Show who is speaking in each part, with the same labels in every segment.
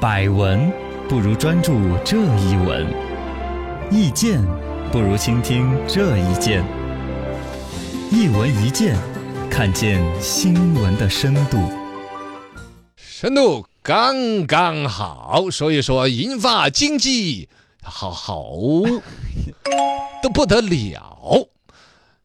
Speaker 1: 百闻不如专注这一闻，意见不如倾听这一见。一闻一见，看见新闻的深度。
Speaker 2: 深度刚刚好，所以说银发经济好好的不得了。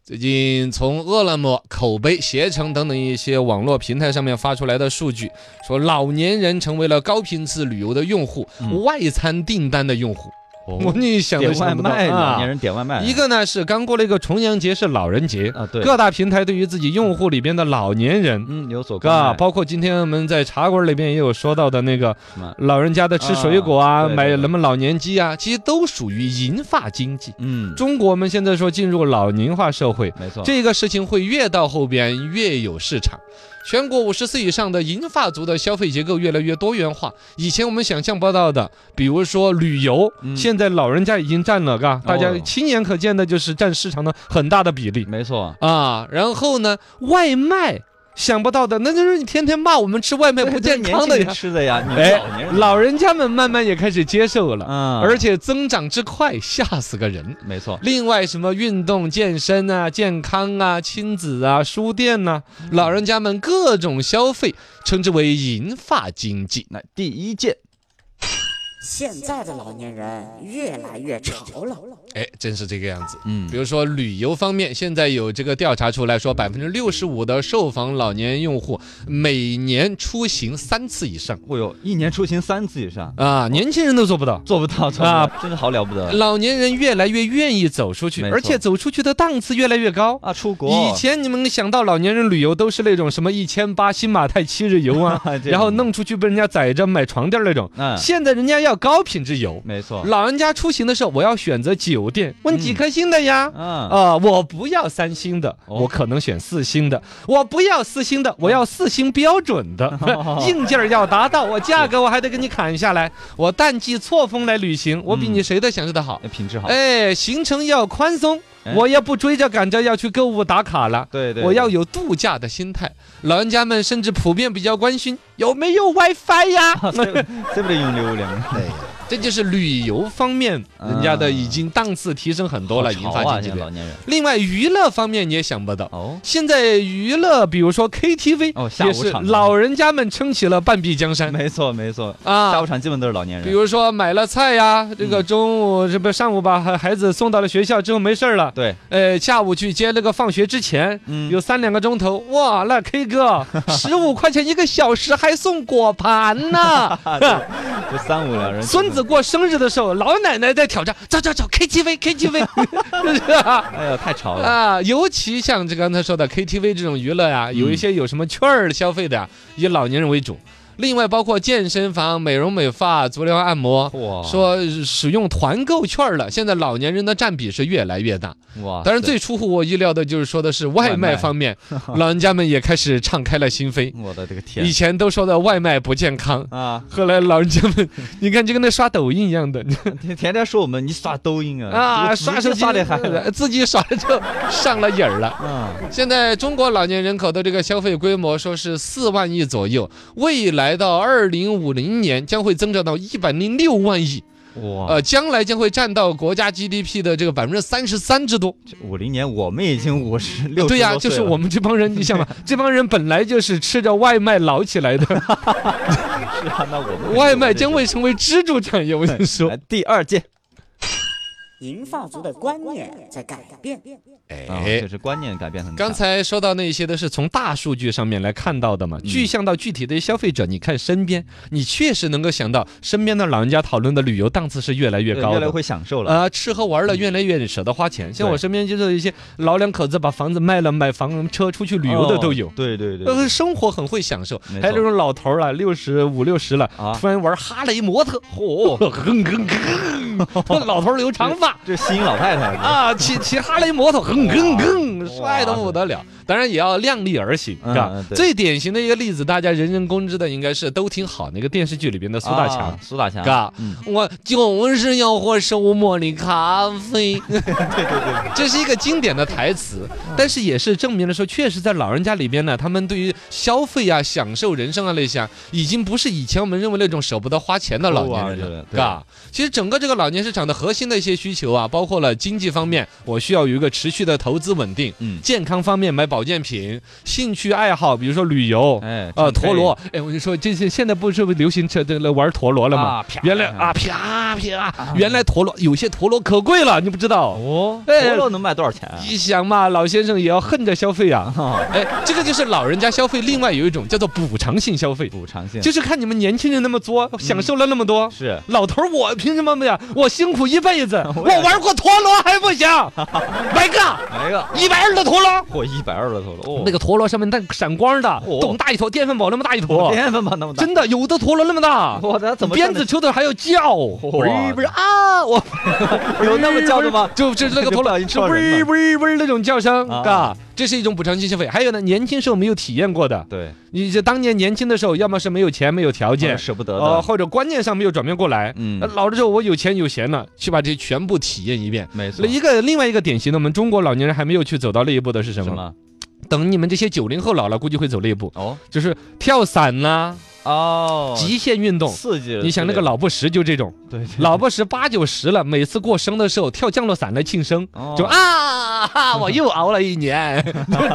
Speaker 2: 最近从饿了么、口碑、携程等等一些网络平台上面发出来的数据，说老年人成为了高频次旅游的用户、
Speaker 3: 嗯
Speaker 2: 外餐订单的用户。我你想都
Speaker 3: 点外
Speaker 2: 想不到
Speaker 3: 卖，老
Speaker 2: 啊
Speaker 3: 年！人点外卖，
Speaker 2: 一个呢是刚过了一个重阳节，是老人节，
Speaker 3: 啊，对，
Speaker 2: 各大平台对于自己用户里边的老年人。
Speaker 3: 嗯有所关
Speaker 2: 啊，
Speaker 3: 爱，
Speaker 2: 包括今天我们在茶馆里边也有说到的那个
Speaker 3: 什么
Speaker 2: 老人家的吃水果啊，
Speaker 3: 啊对
Speaker 2: 买
Speaker 3: 对对
Speaker 2: 什么老年鸡啊，其实都属于银发经济。
Speaker 3: 嗯，
Speaker 2: 中国我们现在说进入老龄化社会，
Speaker 3: 没错，
Speaker 2: 这个事情会越到后边越有市场。全国五十岁以上的银发族的消费结构越来越多元化。以前我们想象不到的，比如说旅游，
Speaker 3: 嗯
Speaker 2: 现在老人家已经占了，嘎，大家
Speaker 3: 哦
Speaker 2: 亲眼可见的就是占市场的很大的比例
Speaker 3: 没错，
Speaker 2: 啊。然后呢，外卖想不到的，那就是你天天骂我们吃外卖不
Speaker 3: 这
Speaker 2: 健
Speaker 3: 年
Speaker 2: 康
Speaker 3: 轻
Speaker 2: 的
Speaker 3: 人
Speaker 2: 呀。
Speaker 3: 吃的呀，你们
Speaker 2: 哎
Speaker 3: 老年人，
Speaker 2: 老人家们慢慢也开始接受
Speaker 1: 啊
Speaker 2: 了，
Speaker 3: 嗯，
Speaker 2: 而且增长之快，吓死个人。
Speaker 3: 没错，
Speaker 2: 另外，什么运动、健身啊、健康啊、亲子啊、书店呐、老人家们各种消费，称之为银发经济。
Speaker 3: 那第一件，
Speaker 4: 现在的老年人越来越潮了。
Speaker 2: 哎，真是这个样子。
Speaker 3: 嗯
Speaker 2: 比如说旅游方面，现在有这个调查出来说，百分之六十五的受访老年用户每年出行三次以上
Speaker 3: 哎呦，一年出行三次以上，
Speaker 2: 啊，年轻人都做不到。
Speaker 3: 做不到，做不
Speaker 2: 啊
Speaker 3: 到，真是好了不得
Speaker 2: 老年人越来越愿意走出去，
Speaker 3: 没错
Speaker 2: 而且走出去的档次越来越高。
Speaker 3: 啊！出国，
Speaker 2: 以前你们想到老年人旅游都是那种什么一千八新马泰七日游啊
Speaker 3: 这种
Speaker 2: 然后弄出去被人家宰着买床垫那种。
Speaker 3: 嗯，
Speaker 2: 现在人家要高品质游，
Speaker 3: 没错，
Speaker 2: 老人家出行的时候我要选择酒店，问几
Speaker 3: 嗯
Speaker 2: 颗星的呀？
Speaker 3: 啊，
Speaker 2: 啊、我不要三星的，
Speaker 3: 哦
Speaker 2: 我可能选四星的；我不要四星的，我要四星标准 的， 硬件儿要达到，我价格我还得给你砍下来。我淡季错峰来旅行，我比你谁都享受的好。
Speaker 3: 品嗯质好，
Speaker 2: 哎，行程要宽松，
Speaker 3: 哎
Speaker 2: 我也不追着赶着要去购物打卡了。
Speaker 3: 对对，
Speaker 2: 我要有度假的心态，老人家们甚至普遍比较关心有没有 WiFi 呀，
Speaker 3: 这不得用流量，
Speaker 2: 这就是旅游方面人家的已经档次提升很多了，
Speaker 3: 啊好
Speaker 2: 银
Speaker 3: 潮
Speaker 2: 发
Speaker 3: 啊
Speaker 2: 经
Speaker 3: 现
Speaker 2: 济
Speaker 3: 在
Speaker 2: 的
Speaker 3: 老。年人
Speaker 2: 另外娱乐方面你也想不到，
Speaker 3: 哦，
Speaker 2: 现在娱乐比如说 KTV，
Speaker 3: 哦下午
Speaker 2: 也是
Speaker 3: 场
Speaker 2: 老人家们撑起了半壁江山
Speaker 3: 没错没错，下
Speaker 2: 啊
Speaker 3: 午。场嗯基本都是老年
Speaker 2: 比
Speaker 3: 人，
Speaker 2: 如说买了菜呀，这个中午这不上午把孩孩子送到了学校之后没事儿了，
Speaker 3: 对，
Speaker 2: 呃，下午去接那个放学之前，
Speaker 3: 嗯
Speaker 2: 有三两个钟头，哇，那 K 哥十五块钱一个小时还送果盘 呢。
Speaker 3: 就三五两人，
Speaker 2: 孙子，过生日的时候，老奶奶在挑战，走走走，KTV KTV，是不是啊？
Speaker 3: 哎呀，太潮了，
Speaker 2: 啊，尤其像这刚才说的 KTV 这种娱乐
Speaker 3: 嗯
Speaker 2: 呀、有一些有什么券儿消费的呀、以老年人为主。另外，包括健身房、美容美发、足疗按摩，
Speaker 3: 哇
Speaker 2: 说使用团购券儿了，现在老年人的占比是越来越大。
Speaker 3: 哇
Speaker 2: 当然，最出乎我意料的就是说的是外
Speaker 3: 啊外
Speaker 2: 卖
Speaker 3: 卖
Speaker 2: 方面， 老人家们也开始敞开了心扉。
Speaker 3: 我的这个天
Speaker 2: 以前都说的外卖不健康，
Speaker 3: 啊！
Speaker 2: 后来老人家 们，你看就跟那刷抖音一样的
Speaker 3: 天天天说我们你刷抖音啊
Speaker 2: 啊，
Speaker 3: 这个
Speaker 2: 刷
Speaker 3: 直接
Speaker 2: 手机
Speaker 3: 刷的还
Speaker 2: 呃 自己刷了就上了瘾儿了。
Speaker 3: 啊，
Speaker 2: 现在中国老年人口的这个消费规模说是四万亿左右，未来到二零五零年将会增长到一百零六万亿，
Speaker 3: 哇！
Speaker 2: 呃，将来将会占到国家 GDP 的这个百分之三十三之多。
Speaker 3: 五零年我们已经五十六，
Speaker 2: 对呀、就是我们这帮人，你想嘛，这帮人本来就是吃着外卖老起来的，
Speaker 3: 是啊，那我们
Speaker 2: 外卖将会成为支柱产业。我跟你说
Speaker 3: 来，第二件
Speaker 4: 银发族的观念在改变，
Speaker 3: 啊，
Speaker 2: 哎
Speaker 3: 确。实观念改变很大。
Speaker 2: 刚才说到那些都是从大数据上面来看到的嘛，
Speaker 3: 嗯
Speaker 2: 具象到具体的消费者，你看身边，你确实能够想到身边的老人家讨论的旅游档次是越来越
Speaker 3: 对
Speaker 2: 高
Speaker 3: 越来呃
Speaker 2: 的
Speaker 3: 越。会享受了，
Speaker 2: 啊，吃喝玩乐越来越舍得花钱，像我身边就是一些老两口子把房子卖了，买房车出去旅游的都有
Speaker 3: 哦。对对对，
Speaker 2: 呃，
Speaker 3: 对
Speaker 2: 生活很会享受，
Speaker 3: 没错
Speaker 2: 还有那种老头儿啊，六十五六十了，
Speaker 3: 啊
Speaker 2: 突然玩哈雷摩托， 嚯、哼哼哼，那老头儿留长发
Speaker 3: 这吸引老太太了
Speaker 2: 啊啊，骑骑哈雷摩托，哼哼哼，么帅的不得了。当然也要量力而行，是
Speaker 3: 嗯
Speaker 2: 吧
Speaker 3: 嗯？对
Speaker 2: 最典型的一个例子，大家人人公知的应该是《都挺好》那个电视剧里边的苏大强
Speaker 3: 啊，苏大强，
Speaker 2: 嘎
Speaker 3: 嗯，
Speaker 2: 我就是要喝手茉莉咖啡，对对对，这是一个经典的台词，但是也是证明了说，确实在老人家里边呢，他们对于消费啊、享受人生啊类项，已经不是以前我们认为那种舍不得花钱的老年人
Speaker 3: 抠啊之类
Speaker 2: 了
Speaker 3: 的，对
Speaker 2: 嘎。其实整个这个老年市场的核心的一些需求啊，包括了经济方面，我需要有一个持续的投资稳定，
Speaker 3: 嗯
Speaker 2: 健康方面买保健品，兴趣爱好，比如说旅游，
Speaker 3: 哎，
Speaker 2: 呃，
Speaker 3: 唱 K
Speaker 2: 陀螺，哎，我就说这些现在不是流行这这玩陀螺了吗
Speaker 3: 啊啪？
Speaker 2: 原来啊啪啪，原来陀螺有些陀螺可贵了，你不知道。
Speaker 3: 哦，
Speaker 2: 哎
Speaker 3: 陀螺能卖多少钱？
Speaker 2: 你想嘛，老先生也要横着消费呀、
Speaker 3: 啊
Speaker 2: 哎，这个就是老人家消费，另外有一种叫做补偿性消费，
Speaker 3: 补偿性
Speaker 2: 就是看你们年轻人那么作，
Speaker 3: 嗯
Speaker 2: 享受了那么多。
Speaker 3: 是
Speaker 2: 老头儿，我凭什么呀？我辛苦一辈 子，我玩过陀螺还不行？买个
Speaker 3: 来个
Speaker 2: 一百二的陀螺，
Speaker 3: 嚯一百二的陀螺，哦
Speaker 2: 那个陀螺上面带闪光的，
Speaker 3: 哦
Speaker 2: 这么大一坨，电饭煲那么大一坨，
Speaker 3: 天分吧那么大，
Speaker 2: 真的有的陀螺那么大，
Speaker 3: 我的怎么
Speaker 2: 鞭子抽的还要叫，不是不是啊，我
Speaker 3: 有那么叫的吗？
Speaker 2: 就就是那个陀螺，
Speaker 3: 就
Speaker 2: 就
Speaker 3: 不
Speaker 2: 不
Speaker 3: 小心撞人
Speaker 2: 是
Speaker 3: 了
Speaker 2: 不是不是那种叫声，
Speaker 3: 啊
Speaker 2: 嘎，这是一种补偿性消费。还有呢，年轻时候没有体验过的，
Speaker 3: 对，
Speaker 2: 你这当年年轻的时候，要么是没有钱没有条件。
Speaker 3: 舍不得
Speaker 2: 呃，
Speaker 3: 的，
Speaker 2: 或者观念上没有转变过来，
Speaker 3: 嗯
Speaker 2: 呃老的时候我有钱有闲了，去把这全部体验一遍。
Speaker 3: 没错
Speaker 2: 那，一个另外一个典型的，我们中国老年人还没有去走到那一步的是什
Speaker 3: 什
Speaker 2: 么？
Speaker 3: 么？
Speaker 2: 等你们这些九零后老了，估计会走那一步，
Speaker 3: 哦
Speaker 2: 就是跳伞啦、
Speaker 3: 哦，
Speaker 2: 极限运动。
Speaker 3: 刺激了，
Speaker 2: 你想那个老布什就这种，
Speaker 3: 对对
Speaker 2: 老布什八九十了，每次过生的时候跳降落伞来庆生，
Speaker 3: 哦
Speaker 2: 就啊， 哈我又熬了一 年，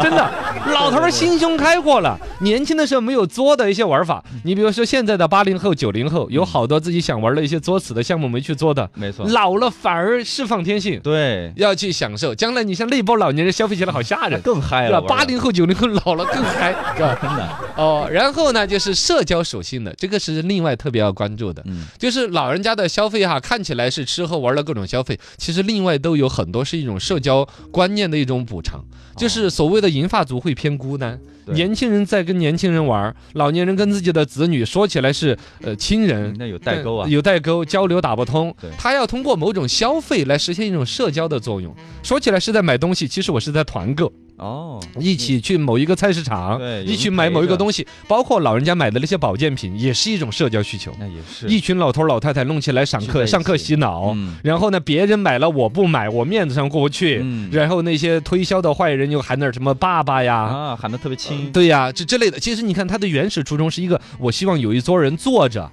Speaker 2: 真的，老头儿心胸开阔了。年轻的时候没有作的一些玩法，
Speaker 3: 嗯
Speaker 2: 你比如说现在的八零后、九零后，有好多自己想玩的一些作死的项目没去做的，
Speaker 3: 没错，
Speaker 2: 老了反而释放天性，
Speaker 3: 对，
Speaker 2: 要去享受。将来你像那波老年人消费起来好吓 人，
Speaker 3: 更嗨
Speaker 2: 是
Speaker 3: 了
Speaker 2: 吧？，
Speaker 3: 玩儿
Speaker 2: 八零后、九零后老了更 嗨，是吧？
Speaker 3: 真的，
Speaker 2: 哦，然后呢，就是社交属性的，这个是另外特别要关注的。
Speaker 3: 嗯，
Speaker 2: 就是老人家的消费哈，看起来是吃喝玩乐各种消费，其实另外都有很多是一种社交观念的一种补偿。就是所谓的银发族会偏孤单，
Speaker 3: 哦对
Speaker 2: 年轻人在跟年轻人玩儿，老年人跟自己的子女说起来是呃亲人。
Speaker 3: 那有代沟啊
Speaker 2: 但，有代沟，交流打不通
Speaker 3: 对。
Speaker 2: 他要通过某种消费来实现一种社交的作用。说起来是在买东西，其实我是在团购，
Speaker 3: 哦，
Speaker 2: 一起去某一个菜市场
Speaker 3: 对，有
Speaker 2: 一起
Speaker 3: 人
Speaker 2: 买
Speaker 3: 陪
Speaker 2: 某一个
Speaker 3: 着
Speaker 2: 东西，包括老人家买的那些保健品，也是一种社交需求。
Speaker 3: 那也是
Speaker 2: 一群老头老太太弄起来上
Speaker 3: 聚在
Speaker 2: 课
Speaker 3: 一起
Speaker 2: 上课洗脑，
Speaker 3: 嗯
Speaker 2: 然后呢，别人买了我不买，我面子上过不去，
Speaker 3: 嗯
Speaker 2: 然后那些推销的坏人又喊点什么爸爸呀。
Speaker 3: 啊，喊的特别轻，
Speaker 2: 对呀，这之类的，其实你看，他的原始初衷是一个，我希望有一桌人坐着，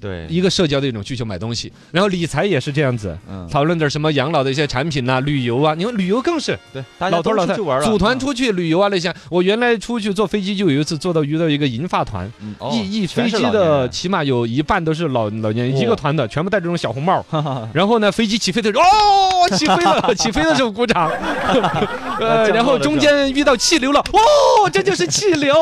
Speaker 3: 对，
Speaker 2: 一个社交的一种需求买东西，然后理财也是这样子，
Speaker 3: 嗯，
Speaker 2: 讨论点什么养老的一些产品呐、旅游啊，你看旅游更是，
Speaker 3: 对，大家
Speaker 2: 老头儿
Speaker 3: 都
Speaker 2: 老
Speaker 3: 出
Speaker 2: 太
Speaker 3: 去玩了，
Speaker 2: 组团出去旅游啊那些，我原来出去坐飞机就有一次坐到遇到一个银发团，
Speaker 3: 嗯，哦
Speaker 2: 一一
Speaker 3: 全
Speaker 2: 飞
Speaker 3: 是
Speaker 2: 机
Speaker 3: 老年
Speaker 2: 的
Speaker 3: 人哦
Speaker 2: 起码有一半都是老老年人，一
Speaker 3: 哇
Speaker 2: 个团的全部戴着这种小红帽。然后呢，飞机起飞的时候，哦，起飞了，起飞的时候鼓 掌。呃，然后中间遇到气流了，哦，这就是气流，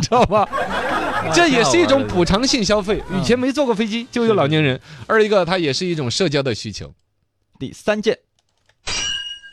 Speaker 2: 知道 吧？
Speaker 3: 啊
Speaker 2: 这也是一种补偿性消费，
Speaker 3: 嗯
Speaker 2: 以前没坐过飞机，就有老年人。二一个，它也是一种社交的需求。
Speaker 3: 第三件，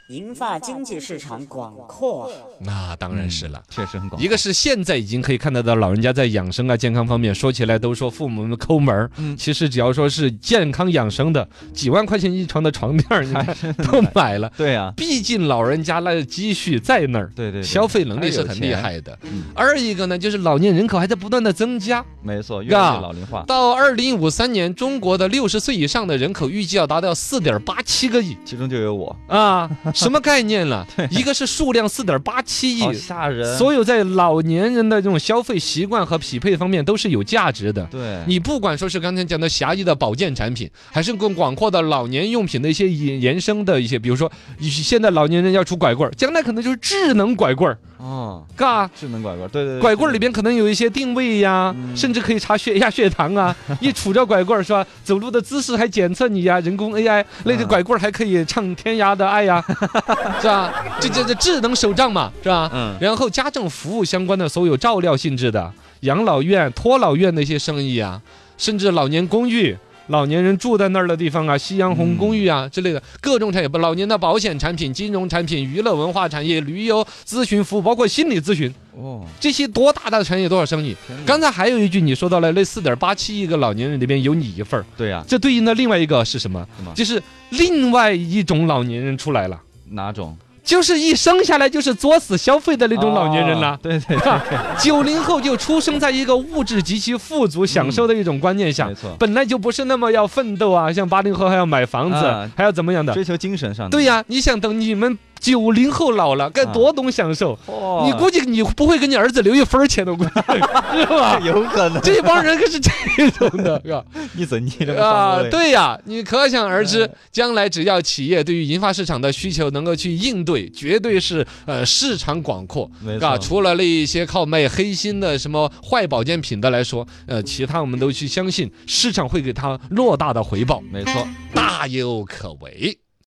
Speaker 4: 银发经济市场广阔，
Speaker 2: 那当然是了。
Speaker 3: 嗯确实很广，
Speaker 2: 一个是现在已经可以看得到老人家在养生啊、健康方面，说起来都说父母们抠门儿，
Speaker 3: 嗯
Speaker 2: 其实只要说是健康养生的，几万块钱一床的床垫儿，你 看都买了。
Speaker 3: 对啊，
Speaker 2: 毕竟老人家那积蓄在那儿，
Speaker 3: 对对，对
Speaker 2: 消费能力是很厉，害的
Speaker 3: 嗯。
Speaker 2: 二一个呢，就是老年人口还在不断的增加，
Speaker 3: 没错，越来越
Speaker 2: 嘎
Speaker 3: 老龄化，
Speaker 2: 到二零五三年，中国的六十岁以上的人口预计要达到四点八七个亿
Speaker 3: 其中就有我，
Speaker 2: 啊，什么概念 了？一个是数量四点八七亿
Speaker 3: 好，吓人，
Speaker 2: 所有在老年人的这种消费习惯和匹配方面都是有价值的。
Speaker 3: 对，
Speaker 2: 你不管说是刚才讲的狭义的保健产品，还是更广阔的老年用品的一些延延伸的一些，比如说，以现在老年人要出拐棍儿，将来可能就是智能拐棍儿，
Speaker 3: 哦，
Speaker 2: 嘎。
Speaker 3: 智能拐棍，对对，对
Speaker 2: 拐棍儿里，边可能有一些定位呀，
Speaker 3: 嗯
Speaker 2: 甚至可以查血压、血糖 啊。一杵着拐棍儿是吧？走路的姿势还检测你呀，人工 AI 那个
Speaker 3: 嗯
Speaker 2: 拐棍儿还可以唱《天涯的爱》呀， 是吧？这这这智能手杖嘛，是吧？
Speaker 3: 嗯，
Speaker 2: 然后家政服务相关的所有照料性质的养老院、托老院的一些生意啊，甚至老年公寓。老年人住在那儿的地方啊，夕阳红公寓啊、之类的各种产业，老年的保险产品、金融产品、娱乐文化产业、旅游咨询服务，包括心理咨询，
Speaker 3: 哦，
Speaker 2: 这些多大的产业多少生意？
Speaker 3: 天哪
Speaker 2: 刚才还有一句你说到了，那四点八七亿个老年人里边有你一份儿，
Speaker 3: 对啊呀，
Speaker 2: 这对应的另外一个是什么
Speaker 3: 什么？
Speaker 2: 就是另外一种老年人出来了。
Speaker 3: 哪种？
Speaker 2: 就是一生下来就是作死消费的那种老年人了
Speaker 3: 啊。对对，
Speaker 2: 九零后就出生在一个物质极其富足、享受的一种观念下
Speaker 3: 没，错，
Speaker 2: 本来就不是那么要奋斗啊，像八零后还要买房
Speaker 3: 啊
Speaker 2: 子，还要怎么样的？
Speaker 3: 追求精神上的。
Speaker 2: 对呀，你想等你们九零后老了，该多懂享受。
Speaker 3: 哇，
Speaker 2: 你估计你不会给你儿子留一分儿钱的，我估计是吧？
Speaker 3: 有可能，
Speaker 2: 这帮人可是这种的，是吧？
Speaker 3: 你怎你这么
Speaker 2: 啊
Speaker 3: 上位，
Speaker 2: 对呀，你可想而知，
Speaker 3: 嗯
Speaker 2: 将来只要企业对于银发市场的需求能够去应对，绝对是呃市场广阔。
Speaker 3: 没
Speaker 2: 啊，
Speaker 3: 错，
Speaker 2: 除了那一些靠卖黑心的什么坏保健品的来说，呃，其他我们都去相信市场会给它偌大的回报，
Speaker 3: 没错，
Speaker 2: 大有可为。